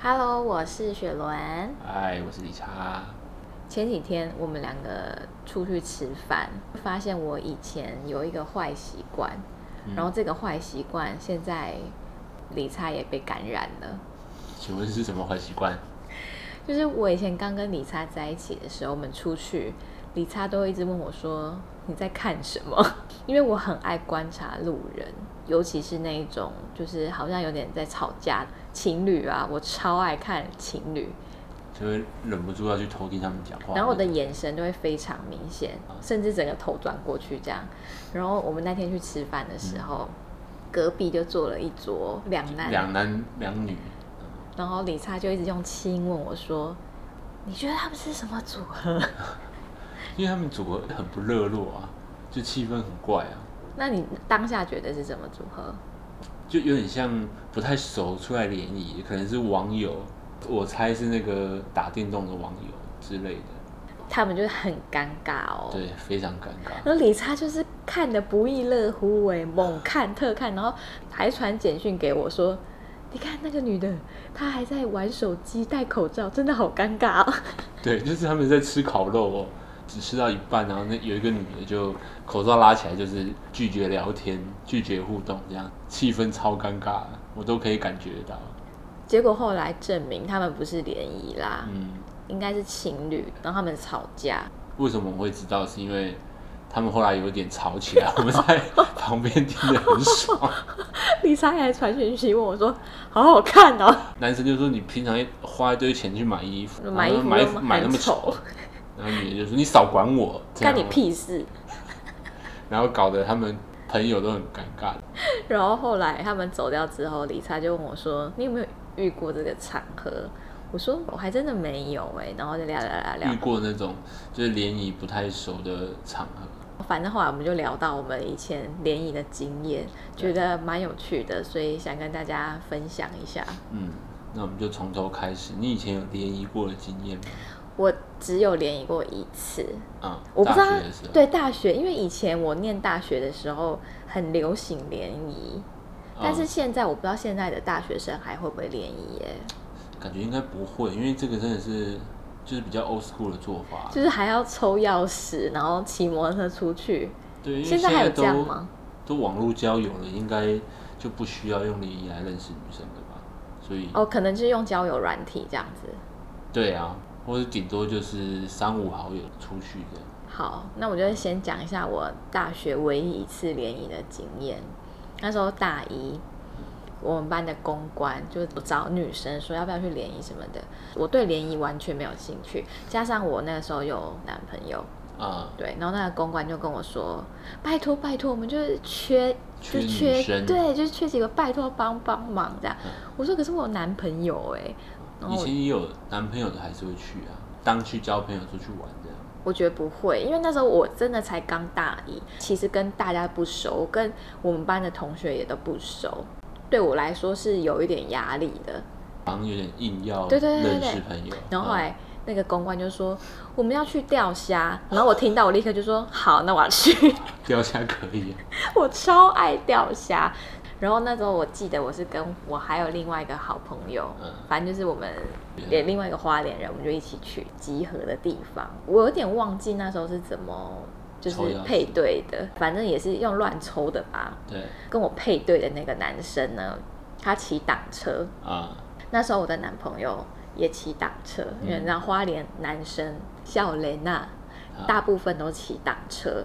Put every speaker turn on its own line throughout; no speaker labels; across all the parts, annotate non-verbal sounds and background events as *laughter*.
Hello，我是雪伦。
嗨，哎我是理查。
前几天我们两个出去吃饭，发现我以前有一个坏习惯，
嗯
然后这个坏习惯现在理查也被感染了。
请问是什么坏习惯？
就是我以前刚跟理查在一起的时候，我们出去，理查都会一直问我说你在看什么， *laughs* 因为我很爱观察路人，尤其是那一种就是好像有点在吵架情侣啊，我超爱看情侣。
就会忍不住要去偷听他们讲话。
然后我的眼神就会非常明显，甚至整个头转过去这样。然后我们那天去吃饭的时候，隔壁就坐了一桌两男，
嗯两男两女，
然后李查就一直用亲问我说：“你觉得他们是什么组合？
因为他们组合很不热络啊，就气氛很怪啊，
那你当下觉得是什么组合？
就有点像不太熟出来联谊，可能是网友，我猜是那个打电动的网友之类的。
他们就是很尴尬哦。”
对，非常尴尬。
然后李查就是看的不亦乐乎哎，猛看特看，然后还传简讯给我说：“你看那个女的，她还在玩手机，戴口罩，真的好尴尬哦。”
对，就是他们在吃烤肉哦，只吃到一半，然后那有一个女的就口罩拉起来，就是拒绝聊天，拒绝互动，这样气氛超尴尬的，我都可以感觉到。
结果后来证明他们不是联谊啦，
嗯。
应该是情侣，然后他们吵架。
为什么我会知道？是因为他们后来有点吵起来，我们
*laughs*
在旁边听得很爽。
丽莎还传讯息问我说：“好好看哦，
男生就说：“你平常花一堆钱去买衣服，
买衣服
然后
又
啊买买那
很
么
丑
丑。”然后女的就说：“你少管我，这样
干
哦
你！”屁事
然后搞得他们朋友都很尴尬。！”
然后后来他们走掉之后，丽莎就问我说：“你有没有遇过这个场合？”我说：“我还真的没有哎、然后就聊聊聊聊
遇，过那种就是联谊不太熟的场合，
反正后来我们就聊到我们以前联谊的经验，觉得蛮有趣的，所以想跟大家分享一下。
嗯，那我们就从头开始。你以前有联谊过的经验吗？
我只有联谊过一次，
啊、
我不
大
知道
学的时候，
对大学，因为以前我念大学的时候很流行联谊，
嗯
但是现在我不知道现在的大学生还会不会联谊耶，
感觉应该不会，因为这个真的是就是比较 old school 的做法。
就是还要抽钥匙，然后骑摩托车出去。
对，因为
现在还有这样
都
吗
都网络交友了，应该就不需要用联谊来认识女生了吧？所以，
哦，可能就是用交友软体这样子。
对啊，或者顶多就是三五好友出去的，
好，那我就先讲一下我大学唯一一次联谊的经验。那时候大一，我们班的公关就找女生说要不要去联谊什么的。我对联谊完全没有兴趣，加上我那个时候有男朋友，
啊、
对，然后那个公关就跟我说：“拜托拜托，我们就是
*laughs*
缺，
缺
就
女
缺
生
对，就是缺几个，拜托帮帮忙这样。
嗯
我说：“可是我有男朋友哎、然后
以
我
前也有男朋友的还是会去啊，当去交朋友出去玩这样。
我觉得不会，因为那时候我真的才刚大一，其实跟大家不熟，跟我们班的同学也都不熟，对我来说是有一点压力的。
好像有点硬要
对对对对
认
对
识朋友，
然后后
嗯
来那个公关就说我们要去钓虾，然后我听到我立刻就说好，那我要去。 *laughs*
掉下可以啊，
我超爱钓虾。然后那时候我记得我是跟我还有另外一个好朋友，
嗯
反正就是我们也另外一个花莲人，我们就一起去集合的地方。我有点忘记那时候是怎么就是
抽钥匙
配对的，反正也是用乱抽的吧。
对
跟我配对的那个男生呢，他骑挡车，
啊、
那时候我的男朋友也骑挡车，
嗯
因为你知道花莲男生笑雷娜
啊
大部分都骑挡车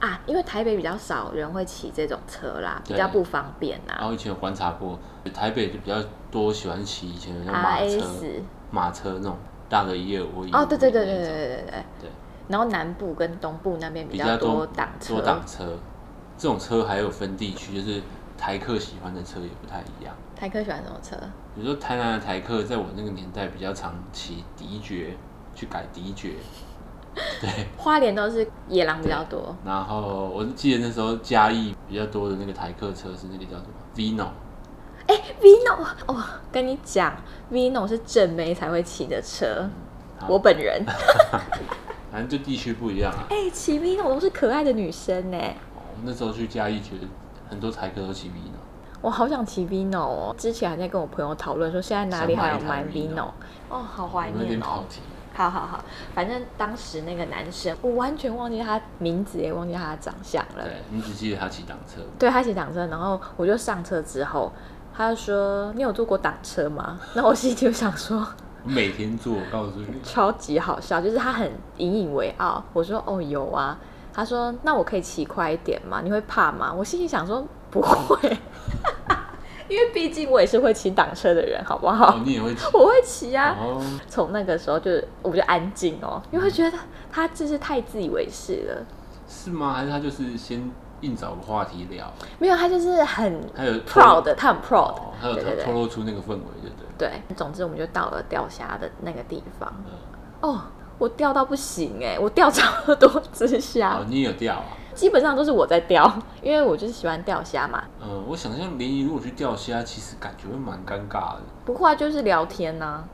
啊，因为台北比较少人会骑这种车啦，比
对哦
较不方便
然
啊。
后以前有观察过，台北就比较多喜欢骑以前的那种
R
马车，
S
马车那种大个一二五一
哦，对对对
那
对对
种
对对对。
对。
然后南部跟东部那边比
比
较
较
多
多
挡车
多，挡车，这种车还有分地区，就是台客喜欢的车也不太一样。
台客喜欢什么车？
比如说台南的台客，在我那个年代比较常骑迪爵，去改迪
*laughs*
爵。对，
花莲都是野狼比较多，
然后我记得那时候嘉义比较多的那个台客车是那个叫什么 Vino，嗯
哎，Vino 哦，跟你讲，Vino 是正妹才会骑的车，
好
我本人。
啊
*laughs*
反正就地区不一样啊。
哎、骑 Vino 都是可爱的女生呢。
哦那时候去嘉义，觉得很多台客都骑 Vino，
我好想骑 Vino 哦！之前还在跟我朋友讨论说，现在哪里
想买
还有
一台
买
Vino
Vino？哦，好
我
怀
们有点
念
跑
哦！
题。
好好好，反正当时那个男生，我完全忘记他名字，也忘记他的长相了。
对你只记得他骑挡车，
对他骑挡车，然后我就上车之后，他就说：“你有坐过挡车吗？”那我心里就想说，
我每天坐，我告诉
*laughs*
你，
超级好笑，就是他很引以为傲。我说：“哦，有啊。”他说：“那我可以骑快一点吗？你会怕吗？”我心里想说：“不会， *laughs* 因为毕竟我也是会骑挡车的人，好不好？
哦，你也
*laughs*
会骑。
我会骑啊。
哦，
从那个时候就是，我就安静哦，因为觉得他真是太自以为是了。
是吗？还是他就是先硬找个话题聊，
没有，他就是很
他有
proud，的他很 proud，、
哦，他有
对对
透透
对
露出那个氛围，对不对？
对。总之，我们就到了钓虾的那个地方。
嗯
哦，我钓到不行哎，我钓超多只虾。
哦，你也有钓啊？
基本上都是我在钓，因为我就是喜欢钓虾嘛。
嗯，我想象联谊如果去钓虾，其实感觉会蛮尴尬的。
不过啊就是聊天啊呐、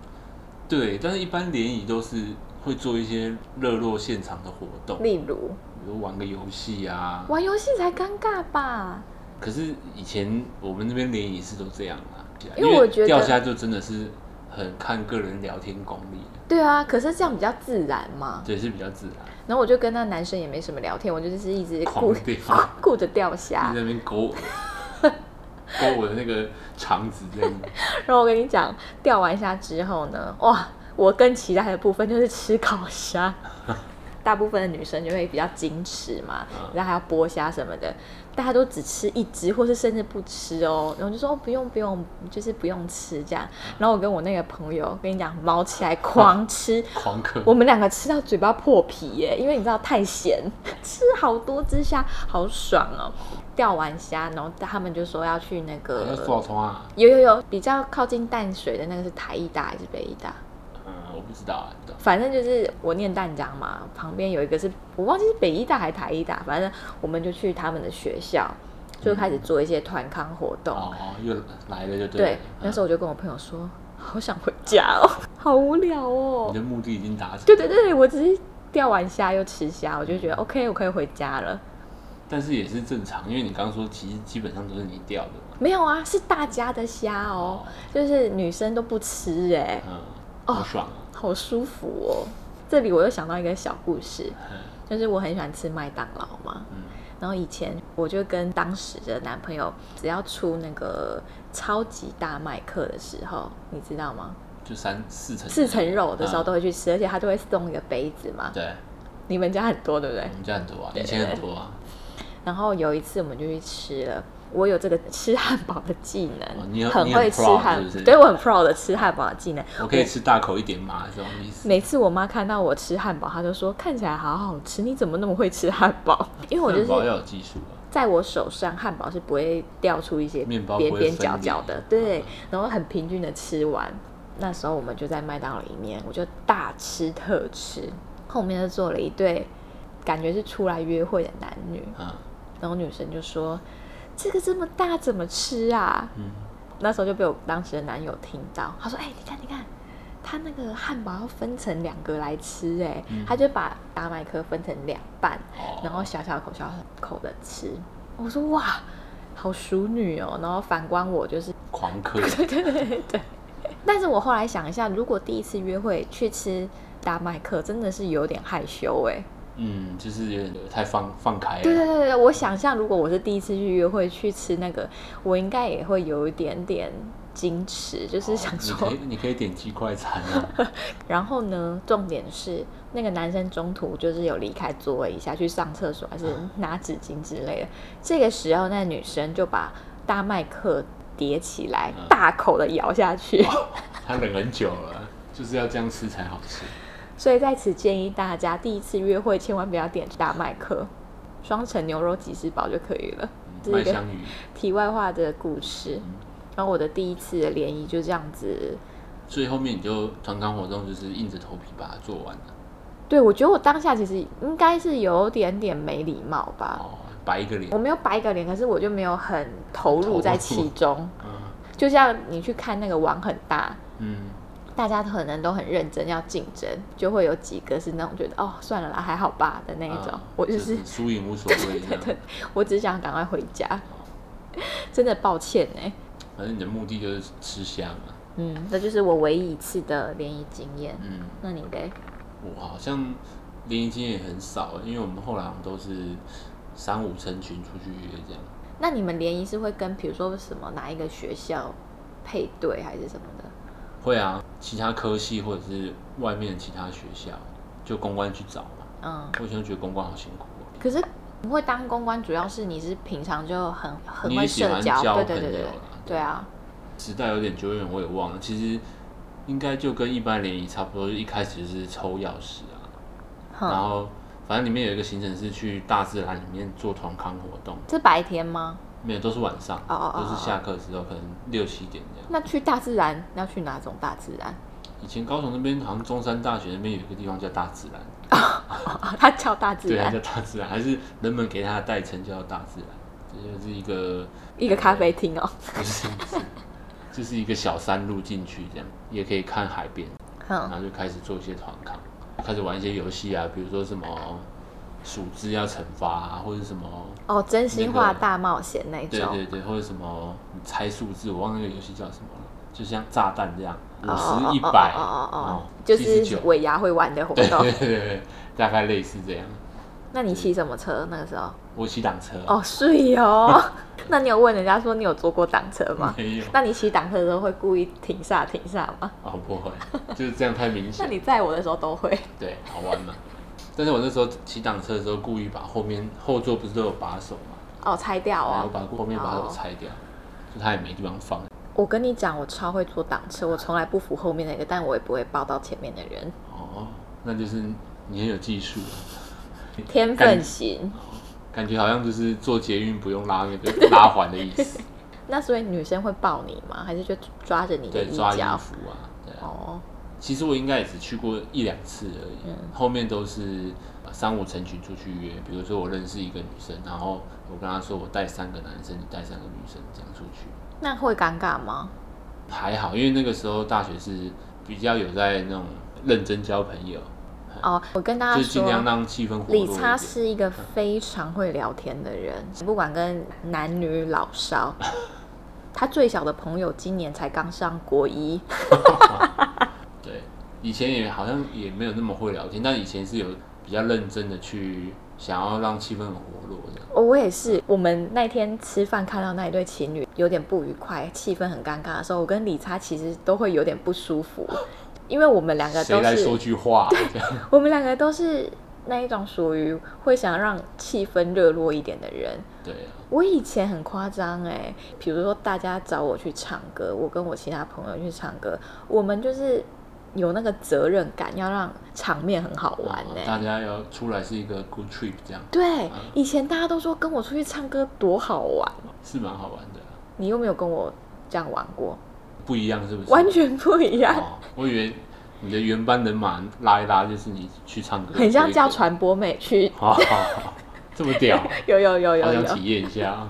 对，但是一般联谊都是会做一些热络现场的活动，比
例如
如玩个游戏啊。
玩游戏才尴尬吧？
可是以前我们那边联谊是都这样啊，
因为我觉得
钓虾就真的是很看个人聊天功力，
对啊，可是这样比较自然嘛。
对，是比较自然。
然后我就跟那男生也没什么聊天，我就是一直
狂
顾
钓
*laughs* 顾着钓
一
虾
直。在那边
*laughs*
勾我，勾我的那个肠子这样子。
然后我跟你讲，钓完虾之后呢，哇，我更期待的部分就是吃烤虾。大部分的女生就会比较矜持嘛
嗯，
然后还要剥虾什么的，大家都只吃一只，或是甚至不吃哦。然后就说、哦、不用不用，就是不用吃这样。然后我跟我那个朋友，跟你讲，毛起来狂吃，
狂嗑，
我们两个吃到嘴巴破皮耶，因为你知道太咸， *laughs* 吃好多只虾，好爽哦。钓完虾，然后他们就说要去那个
要刷通啊？
有有有，比较靠近淡水的那个是台艺大还是北艺大？
嗯，我不知道啊，不知道
反正就是我念淡江嘛，旁边有一个是我忘记是北艺大还是台艺大，反正我们就去他们的学校，就开始做一些团康活动。
哦，又来了就啊对了。
嗯对，嗯那时候
候
我就跟我朋友说，好想回家哦， *laughs* 好无聊哦
你。的目的已经达成，
*laughs* 对对对，我只是钓完虾又吃虾，我就觉得 OK，我可以回家了。
但是也是正常，因为你刚刚说其实基本上都是你钓的嘛。
没有啊，是大家的虾哦，就是女生都不吃哎、
嗯，
哦
好爽啊。
好舒服哦。这里我又想到一个小故事，
嗯
就是我很喜欢吃麦当劳嘛，然后以前我就跟当时的男朋友，只要出那个超级大麦克的时候，你知道吗？
就三四层
四层肉的时候
嗯
都会去吃，而且他都会送一个杯子嘛。
对，
你们家很多对不对
我？们家很多啊，
对
以前很多啊。
然后有一次我们就去吃了。我有这个吃汉堡的技能，
哦你很你很
会吃
proud，
汉，
是不是
对我很 proud 的吃汉堡的技能。
我可以吃大口一点吗？这种意思。
每次我妈看到我吃汉堡，她就说：“看起来好好吃，你怎么那么会吃汉堡？”因为我就
汉堡
是
要有技术啊。
在我手上，汉堡是不会掉出一些
面包
边
不会
边
分
角
离啊
角的，对，然后很平均的吃完。那时候我们就在麦当劳里面，我就大吃特吃。后面就坐了一对感觉是出来约会的男女，
嗯
然后女生就说：“这个这么大怎么吃啊？”
嗯，
那时候就被我当时的男友听到，他说：“哎、你看，你看，他那个汉堡要分成两个来吃、哎、
嗯
他就把大麦克分成两半，
哦
然后小小口小小口的吃。”我说：“哇，好淑女哦。”然后反观我就是， *laughs*
狂嗑，
对对对对对。但是我后来想一下，如果第一次约会去吃大麦克，真的是有点害羞哎、
嗯，就是有点太放放开了。
对对对对，我想象如果我是第一次去约会去吃那个，我应该也会有一点点矜持，就是
哦
想
你
说
可以，你可以点击快餐
*laughs*
啊。
然后呢，重点是那个男生中途就是有离开座位一下，去上厕所还是拿纸巾之类的。这个时候，那女生就把大麦克叠起来
嗯，
大口的咬下去。
他忍很久了，就是要这样吃才好吃。
所以在此建议大家，第一次约会千万不要点大麦克，双层牛肉吉士堡就可以了。这是
嗯麦
一个
香鱼
题外话的故事。然后我的第一次的联谊就这样子。
最后面你就团康活动就是硬着头皮把它做完了，
对，我觉得我当下其实应该是有点点没礼貌吧。
哦，摆一个脸
我，没有白一个脸，可是我就没有很投入在其中。
嗯
就像你去看那个网很大，
嗯，
大家可能都很认真要竞争，就会有几个是那种觉得哦算了啦，还好吧的那一种。
啊
我就是 *laughs*
是输赢无所谓这样，
我只想赶快回家。真的抱歉哎、
反正你的目的就是吃香啊。
嗯，这就是我唯一一次的联谊经验。
嗯，
那你嘞？
我好像联谊经验也很少，因为我们后来我们都是三五成群出去约这样。
那你们联谊是会跟比如说什么哪一个学校配对还是什么的？
会啊，其他科系或者是外面的其他学校，就公关去找嘛。
嗯，
我以前就觉得公关好辛苦、哦，
可是你会当公关，主要是你是平常就很很
你
会
也喜
社
欢
交，
交
对
朋
对对对
友
对
啦。
对啊，
时代有点久远，我也忘了。其实应该就跟一般联谊差不多，就一开始就是抽钥匙啊，然
哼，
后反正里面有一个行程是去大自然里面做团康活动，
是白天吗？
没有都是晚上，
哦哦哦
都是下课的时候，可能六七点这样。
那去大自然要去哪种大自然？ *laughs*
以前高雄那边好像中山大学那边有一个地方叫大自然，
哦，它叫大自
对，它
然，
叫大自然，还是人们给它的代称叫大自然。这就是一个
一个咖啡厅哦。
不是，不是就是一个小山路进去这样，也可以看海边，然
哼，
后就开始做一些团康，开始玩一些游戏啊，比如说什么数字要惩罚啊，或者什么，
哦，真心话
那个
大冒险那
对
种。
对对，或者什么你猜数字，我忘了那个游戏叫什么了，就像炸弹这样，五
哦哦哦
十、一
哦
百，
哦哦哦
哦，
就
79
是尾牙会玩的活
对
动
对。对对对，大概类似这样。
那你骑什么车？那个时候？
我骑挡车，
哦，睡哦。 *laughs* 那你有问人家说你有坐过挡车吗？
没有，
那你骑挡车的时候会故意停下停下吗？
哦不会，就是这样太明
那
显，
你载我的时候都会。
对，好玩嘛。但是我那时候骑挡车的时候，故意把后面后座不是都有把手嘛，
哦，拆掉
然后
哦。
把后面把手拆掉，就它也没地方放。
我跟你讲，我超会坐挡车，我从来不扶后面那个，但我也不会抱到前面的人，
哦，那就是你很有技术啊，
天分型。
感觉好像就是做捷运不用拉那个拉环的意
*laughs*
思，
那所以女生会抱你吗？还是就抓着你的
对，
衣
抓衣
角？
服啊，对啊。
哦，
其实我应该也只去过一两次而已，
嗯
后面都是呃三五成群出去约。比如说我认识一个女生，然后我跟她说我带三个男生，你带三个女生这样出去，
那会尴尬吗？
还好，因为那个时候大学是比较有在那种认真交朋友，
哦，我跟大
嗯就
家
是尽量
说，
让气氛活络一
理
点。
查是一个非常会聊天的人，不管跟男女老
*laughs*
少。他最小的朋友今年才刚上国一，
对，以前也好像也没有那么会聊天，但以前是有比较认真的去想要让气氛很活络这样。
哦，我也是。我们那天吃饭看到那一对情侣有点不愉快，气氛很尴尬的时候，我跟理查其实都会有点不舒服，因为我们两个
谁
都
来说
是，
句话、这样
我们两个都是那一种属于会想让气氛热络一点的人。
对啊，
我以前很夸张哎，比如说大家找我去唱歌，我跟我其他朋友去唱歌，我们就是有那个责任感，要让场面很好 *laughs* 玩哎、
哦大家要出来是一个 good trip 这样，
对，以前大家都说跟我出去唱歌多好玩，
是蛮好玩的啊、
你又没有跟我这样玩过，
不一样是不是？
完全不一样，
哦，我以为你的原班人马拉一拉就是你去唱歌的规
*laughs* 很
格，
像叫传播妹去。 *laughs*
好好好，哦这么屌，
有有有有
好想
有
体。验一下啊。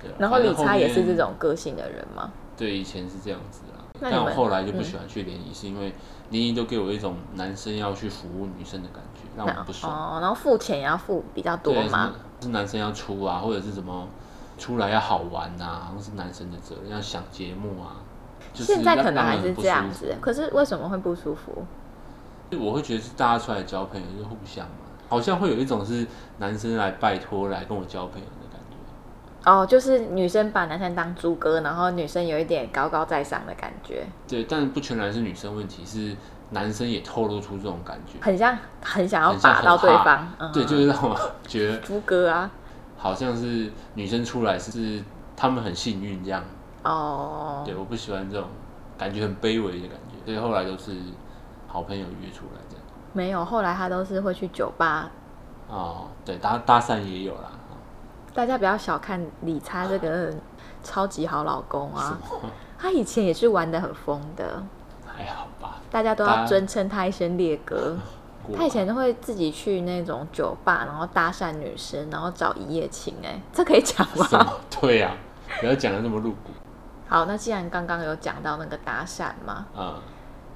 对啊
然后理查也是这，
反正后面
种个性的人吗？
对，以前是这样子啊。
那你
但我
们嗯
后来就不喜欢去联谊，是因为联谊都给我一种男生要去服务女生的感觉，让我不爽。
哦，然后付钱也要付比较多
对，什
嘛
么。是男生要出啊，或者是什么出来要好玩啊，好像是男生的责任，要想节目啊。就是
现在可
让
能
让人
还是
很不
这样
舒服
子，可是为什么会不舒服？
我会觉得是大家出来交朋友就是互相嘛，好像会有一种是男生来拜托来跟我交朋友的感觉。
哦，就是女生把男生当猪哥，然后女生有一点高高在上的感觉，
对，但不全然是女生问题，是男生也透露出这种感觉。
很像很想要
很像
打到
很
对
怕
方。嗯、
对，就是让我觉得
猪哥啊。
好像是女生出来是他们很幸运这样。
哦，
对，我不喜欢这种感觉很卑微的感觉，所以后来都是好朋友约出来这样。
没有，后来他都是会去酒吧。
哦，对，搭搭讪也有啦。
大家不要小看理查这个超级好老公
哦什
啊，
么？
他以前也是玩的很疯的，
*laughs* 还好吧。
大家都
大
要
家
尊称他一声烈哥。
过
他以
吧
前都会自己去那种酒吧，然后搭讪女生，然后找一夜情、哎，这可以讲
什
吗？
么？对呀、不要讲的那么露骨。
好，那既然刚刚有讲到那个搭讪嘛，
嗯，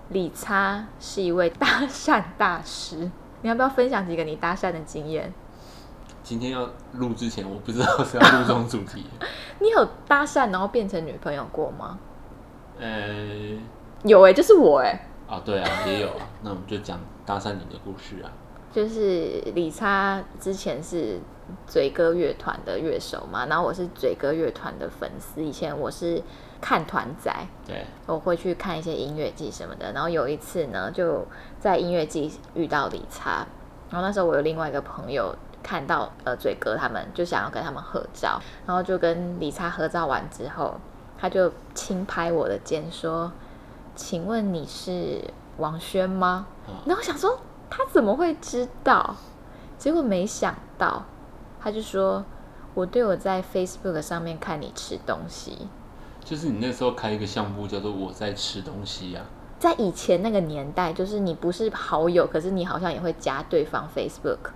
理查是一位搭讪大师，你要不要分享几个你搭讪的经验？
今天要录之前，我不知道是要录这种主题。 *laughs*
你有搭讪然后变成女朋友过吗？
呃，
有哎、就是我哎、
啊，对啊，也有啊。那我们就讲搭讪你的故事啊。
就是李莎之前是嘴哥乐团的乐手嘛，然后我是嘴哥乐团的粉丝，以前我是看团仔，
对，
我会去看一些音乐季什么的。然后有一次呢，就在音乐季遇到理查，然后那时候我有另外一个朋友看到呃嘴哥他们，就想要跟他们合照，然后就跟理查合照完之后，他就轻拍我的肩说：“请问你是王轩吗？”
嗯
然后我想说他怎么会知道？结果没想到，他就说。我对我在 Facebook 上面看你吃东西，
就是你那时候开一个项目叫做“我在吃东西”啊。
在以前那个年代，就是你不是好友，可是你好像也会加对方 Facebook。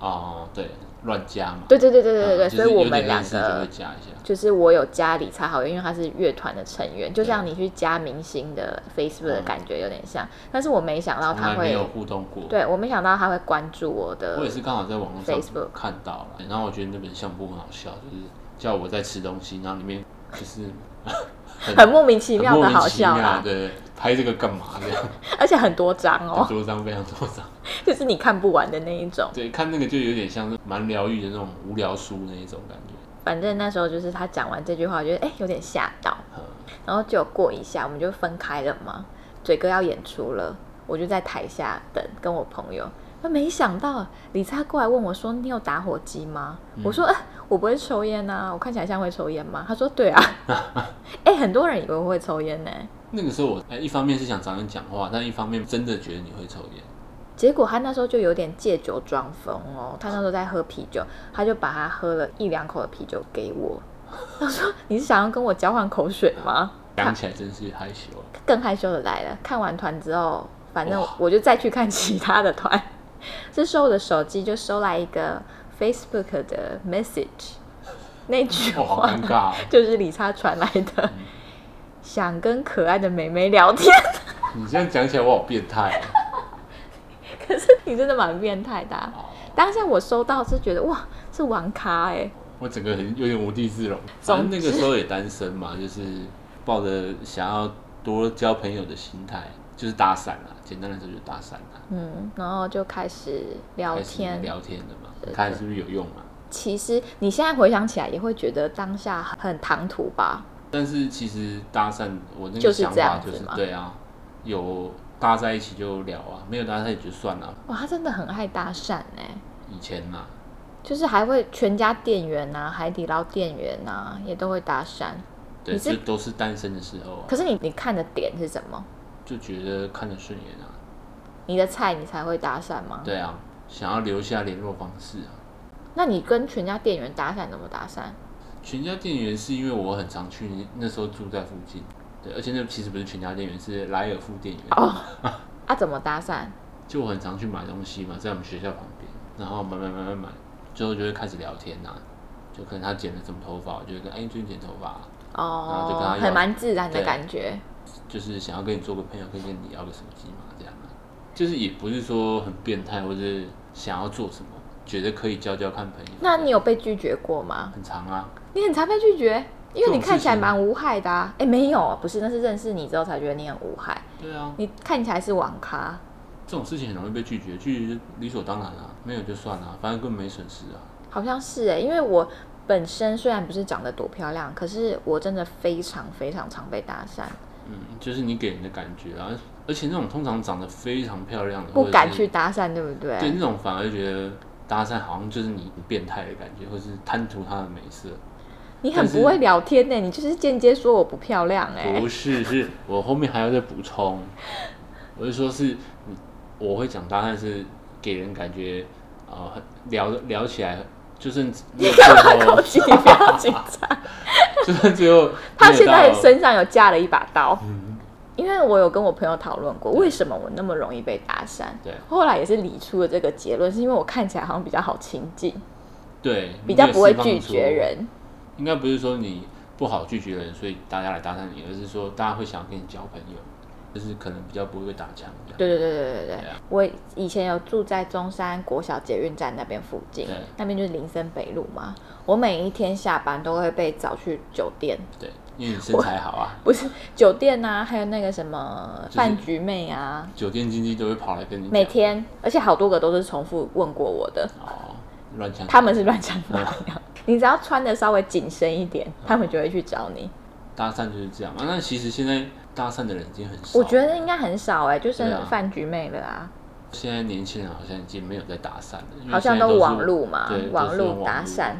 哦，对，乱加嘛。
对对对对对对对，
啊就是
所以我
有
们
点
两
类似就
个
会加一下。
就是我有加理查好友，因为他是乐团的成员，就像你去加明星的 Facebook 的感觉有点像，但是我没想到
从
他
来没
会
有，互动过。
对我没想到他会关注我的
我也是刚好在网络上
Facebook
看到了，然后我觉得那本相簿很好笑，就是叫我在吃东西，然后里面就是
*laughs* *laughs*
很
很莫名其
很
妙
莫
的
名
好
其
笑
妙
啦，
对，拍这个干嘛这样？
而且很多张
很 *laughs*
哦，
多张非常多张，
*laughs* 就是你看不完的那一种。
对，看那个就有点像是蛮疗愈的那种无聊书那一种感觉。
反正那时候就是他讲完这句话，我觉得哎、有点吓到，
嗯
然后就过一下，我们就分开了嘛。嘴哥要演出了，我就在台下等，跟我朋友。那没想到李莎过来问我说：“你有打火机吗？”我说、呃：“我不会抽烟啊，我看起来像会抽烟吗？”他说：“对啊。哎、很多人以为我会抽烟呢、
那个时候我哎、一方面是想找你讲话，但一方面真的觉得你会抽烟。
结果他那时候就有点借酒装疯哦，他那时候在喝啤酒，他就把他喝了一两口的啤酒给我。他说：“你是想要跟我交换口水吗？”
讲起来真是害羞，啊
*laughs* 更害羞的来了。看完团之后，反正
哇
我就再去看其他的团。 *laughs* 这时候我的手机就收来一个 Facebook 的 message，那句
哦，好
话
尴尬、嗯哦。
*laughs* 就是李莎传来的， *laughs* 想跟可爱的美眉聊天。 *laughs*
你这样讲起来我好变态、哦。
可是你真的蛮变态的啊、
哦
当下我收到是觉得哇，是玩咖哎、
我整个很有点无地自容。反正那个时候也单身嘛，就是抱着想要多交朋友的心态，就是搭讪啦。简单来说就是搭讪啦，
嗯，然后就开始聊
开始
天。
聊天的嘛，
对
看是不是有用啊嘛。
其实你现在回想起来，也会觉得当下很唐突吧？
但是其实搭讪，我那
就
个
是
想
这样
法
子
就是
嘛
对啊，有搭在一起就聊啊，没有搭在一起就算了。啊
哇，他真的很爱搭讪哎、
以前嘛，
就是还会全家店员呐、海底捞店员呐、也都会搭讪。
对，
你是
就都是单身的时候啊，
可是你你看的点是什么？
就觉得看得顺眼啊，
你的菜你才会搭讪吗？
对啊，想要留下联络方式啊。
那你跟全家店员搭讪怎么搭讪？
全家店员是因为我很常去，那时候住在附近，对，而且那其实不是全家店员，是莱尔富店员，
*laughs* 啊，怎么搭讪？
就我很常去买东西嘛，在我们学校旁边，然后买买买买买，最后就会开始聊天呐、啊就可能他剪了什么头发，我就会跟哎、你最近剪头发啊、然后就跟
哦
他，
很
要
蛮自然的
对
感觉。
就是想要跟你做个朋友，可以跟你要个手机嘛，这样啊，就是也不是说很变态，或是想要做什么，觉得可以交交看朋友，
那你有被拒绝过吗？
很长啊，
你很常被拒绝，因为你
这种事情
看起来蛮无害的啊。哎，没有，不是，那是认识你之后才觉得你很无害。
对啊，
你看起来是网咖，
这种事情很容易被拒绝，拒绝就理所当然啊，没有就算了、反正根本没损失啊。
好像是哎、因为我本身虽然不是长得多漂亮，可是我真的非常非常常被搭讪。
嗯，就是你给人的感觉啊，而且那种通常长得非常漂亮的，
不敢
或者
去
是
搭讪，对不对？
对那种反而觉得搭讪好像就是你变态的感觉，或是贪图她的美色。
你很不会聊天欸呢、你就是间接说我不漂亮哎、
不是，是我后面还要再补充。我是说是，你我会讲搭讪是给人感觉，呃，很聊聊起来，就算如
*laughs*
果最后
口气你不要紧张。
*laughs* 就算最后
啊他
没有
现在
到
身上有架了一把刀，因为我有跟我朋友讨论过，为什么我那么容易被搭讪。
对
后来也是理出了这个结论，是因为我看起来好像比较好亲近，
对
比较不会拒。绝
你有释放出
人。
应该不是说你不好拒绝人，所以大家来搭讪你，而是说大家会想跟你交朋友。就是可能比较不会被打枪这样。
对对对对对对
对啊
我以前有住在中山国小捷运站那边附近
对，
那边就是林森北路嘛。我每一天下班都会被找去酒店， *laughs*
对，因为你身材好啊，
不是酒店啊，还有那个什么
就是
饭局妹啊，
酒店经济都会跑来跟你
每
讲
天，而且好多个都是重复问过我的，
哦，乱枪。
他们是乱讲的。
嗯
*laughs* 你只要穿的稍微紧身一点，他们就会去找你。
搭讪就是这样啊。那其实现在搭讪的人已经很少，
我觉得应该很少哎、就
对
是
啊
饭局妹了啊，
现在年轻人好像已经没有在搭讪了，因为
好像
现在都是
网络嘛
对，
网
络
络搭讪。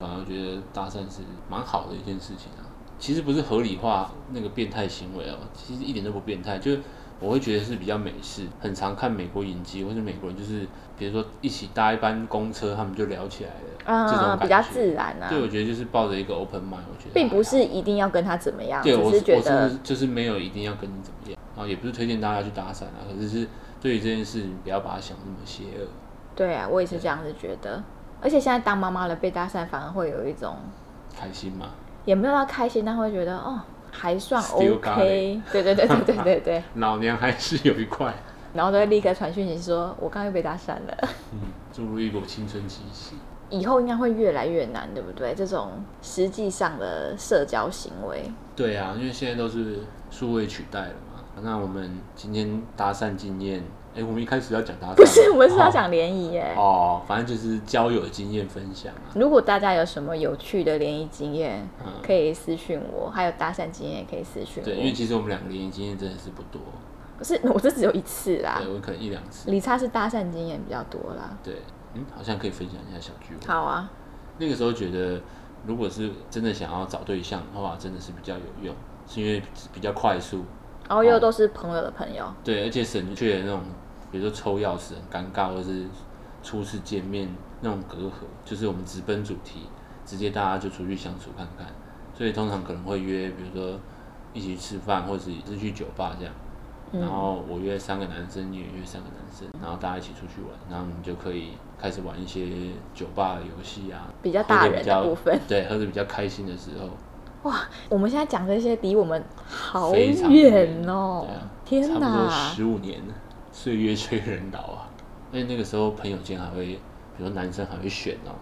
反而觉得搭讪是蛮好的一件事情啊。其实不是合理化那个变态行为哦，其实一点都不变态，就我会觉得是比较美式。很常看美国影集或者美国人，就是比如说一起搭一班公车，他们就聊起来了，这种
嗯，
感觉
比较自然啊，
对，我觉得就是抱着一个 open mind，我觉得
并不
还
是一定要跟他怎么样，
好。对
只
我
是觉
我真
得
的就是没有一定要跟你怎么样，然后也不是推荐大家去搭讪啊，可是是对于这件事，你不要把它想那么邪恶。
对啊，我也是这样子觉得。而且现在当妈妈了，被搭讪反而会有一种
开心嘛，
也没有要开心，但会觉得哦还算
Still got
OK，对对对对对对对，
老娘还是有一块，
然后都会立刻传讯息说，我刚刚又被搭讪了。
嗯，注入一股青春气息。
以后应该会越来越难，对不对？这种实际上的社交行 *laughs* 为，
对啊，因为现在都是数位取代了嘛。那我们今天搭讪经验，哎、我们一开始要讲搭讪吗，
不是我们是要
哦
讲联谊耶。
哦，反正就是交友经验分享啊。
如果大家有什么有趣的联谊经验
嗯，
可以私讯我；还有搭讪经验也可以私讯
对，因为
我。
其实我们两个联谊经验真的是不多，
不是，我这只有一次啦
对。我可能一两次。
理查是搭讪经验比较多啦。
对，嗯，好像可以分享一下小聚会。
好啊，
那个时候觉得，如果是真的想要找对象的话，真的是比较有用，是因为比较快速，
然后又都是朋友的朋友，
对，而且省去了那种，比如说抽钥匙很尴尬，或是初次见面那种隔阂，就是我们直奔主题，直接大家就出去相处看看。所以通常可能会约，比如说一起去吃饭，或者是去酒吧这样。
嗯
然后我约三个男生，你也约三个男生，然后大家一起出去玩，然后你就可以开始玩一些酒吧的游戏啊，
比较大
喝得
人
比较
的部分。
对，喝的比较开心的时候，
哇， *laughs* 我们现在讲这些离我们好
非常
远哦！
对啊
天
差不多
哪，
十五年了，岁月催人老啊。而且那个时候朋友间还会，比如男生还会选哦，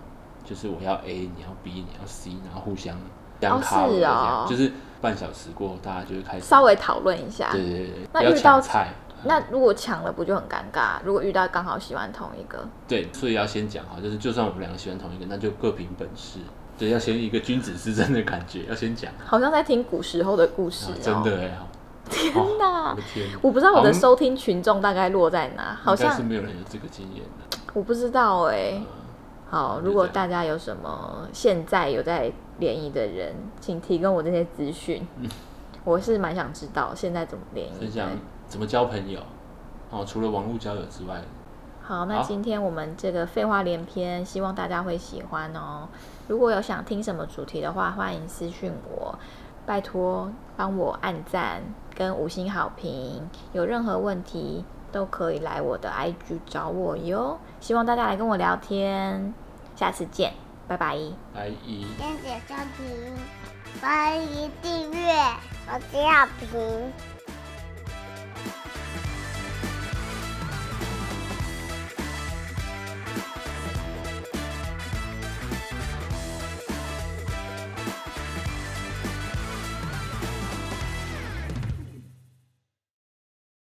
就是我要 A，你要 B，你要 C，然后互相相卡
哦是
这样
哦
就是半小时过后大家就会开始
稍微讨论一下。
对对对，
那
不要
遇到
抢菜，
那如果抢了，不就很尴尬？如果遇到刚好喜欢同一个，
对，所以要先讲哦好，就是就算我们两个喜欢同一个，那就各凭本事，对，要先一个君子之争的感觉，要先讲，啊
好像在听古时候的故事、哦
真的哎、哦
天
我
哪！
的天，
我不知道我
好
的
像
收听群众大概落在哪，好
应该是
像
没有人有这个经验的。
我不知道哎、好，
嗯就
如果
这
大
样
家有什么现在有在联谊的人，请提供我这些资讯。
嗯
我是蛮想知道现在怎么联谊
分
的
享。怎么交朋友哦，除了网络交友之外，
好，那
好
今天我们这个废话连篇，希望大家会喜欢哦。如果有想听什么主题的话，欢迎私讯我，拜托帮我按赞跟五星好评。有任何问题都可以来我的 IG 找我哟。希望大家来跟我聊天，下次见，拜拜。
来一。
谢谢收听，欢迎订阅，我是耀平，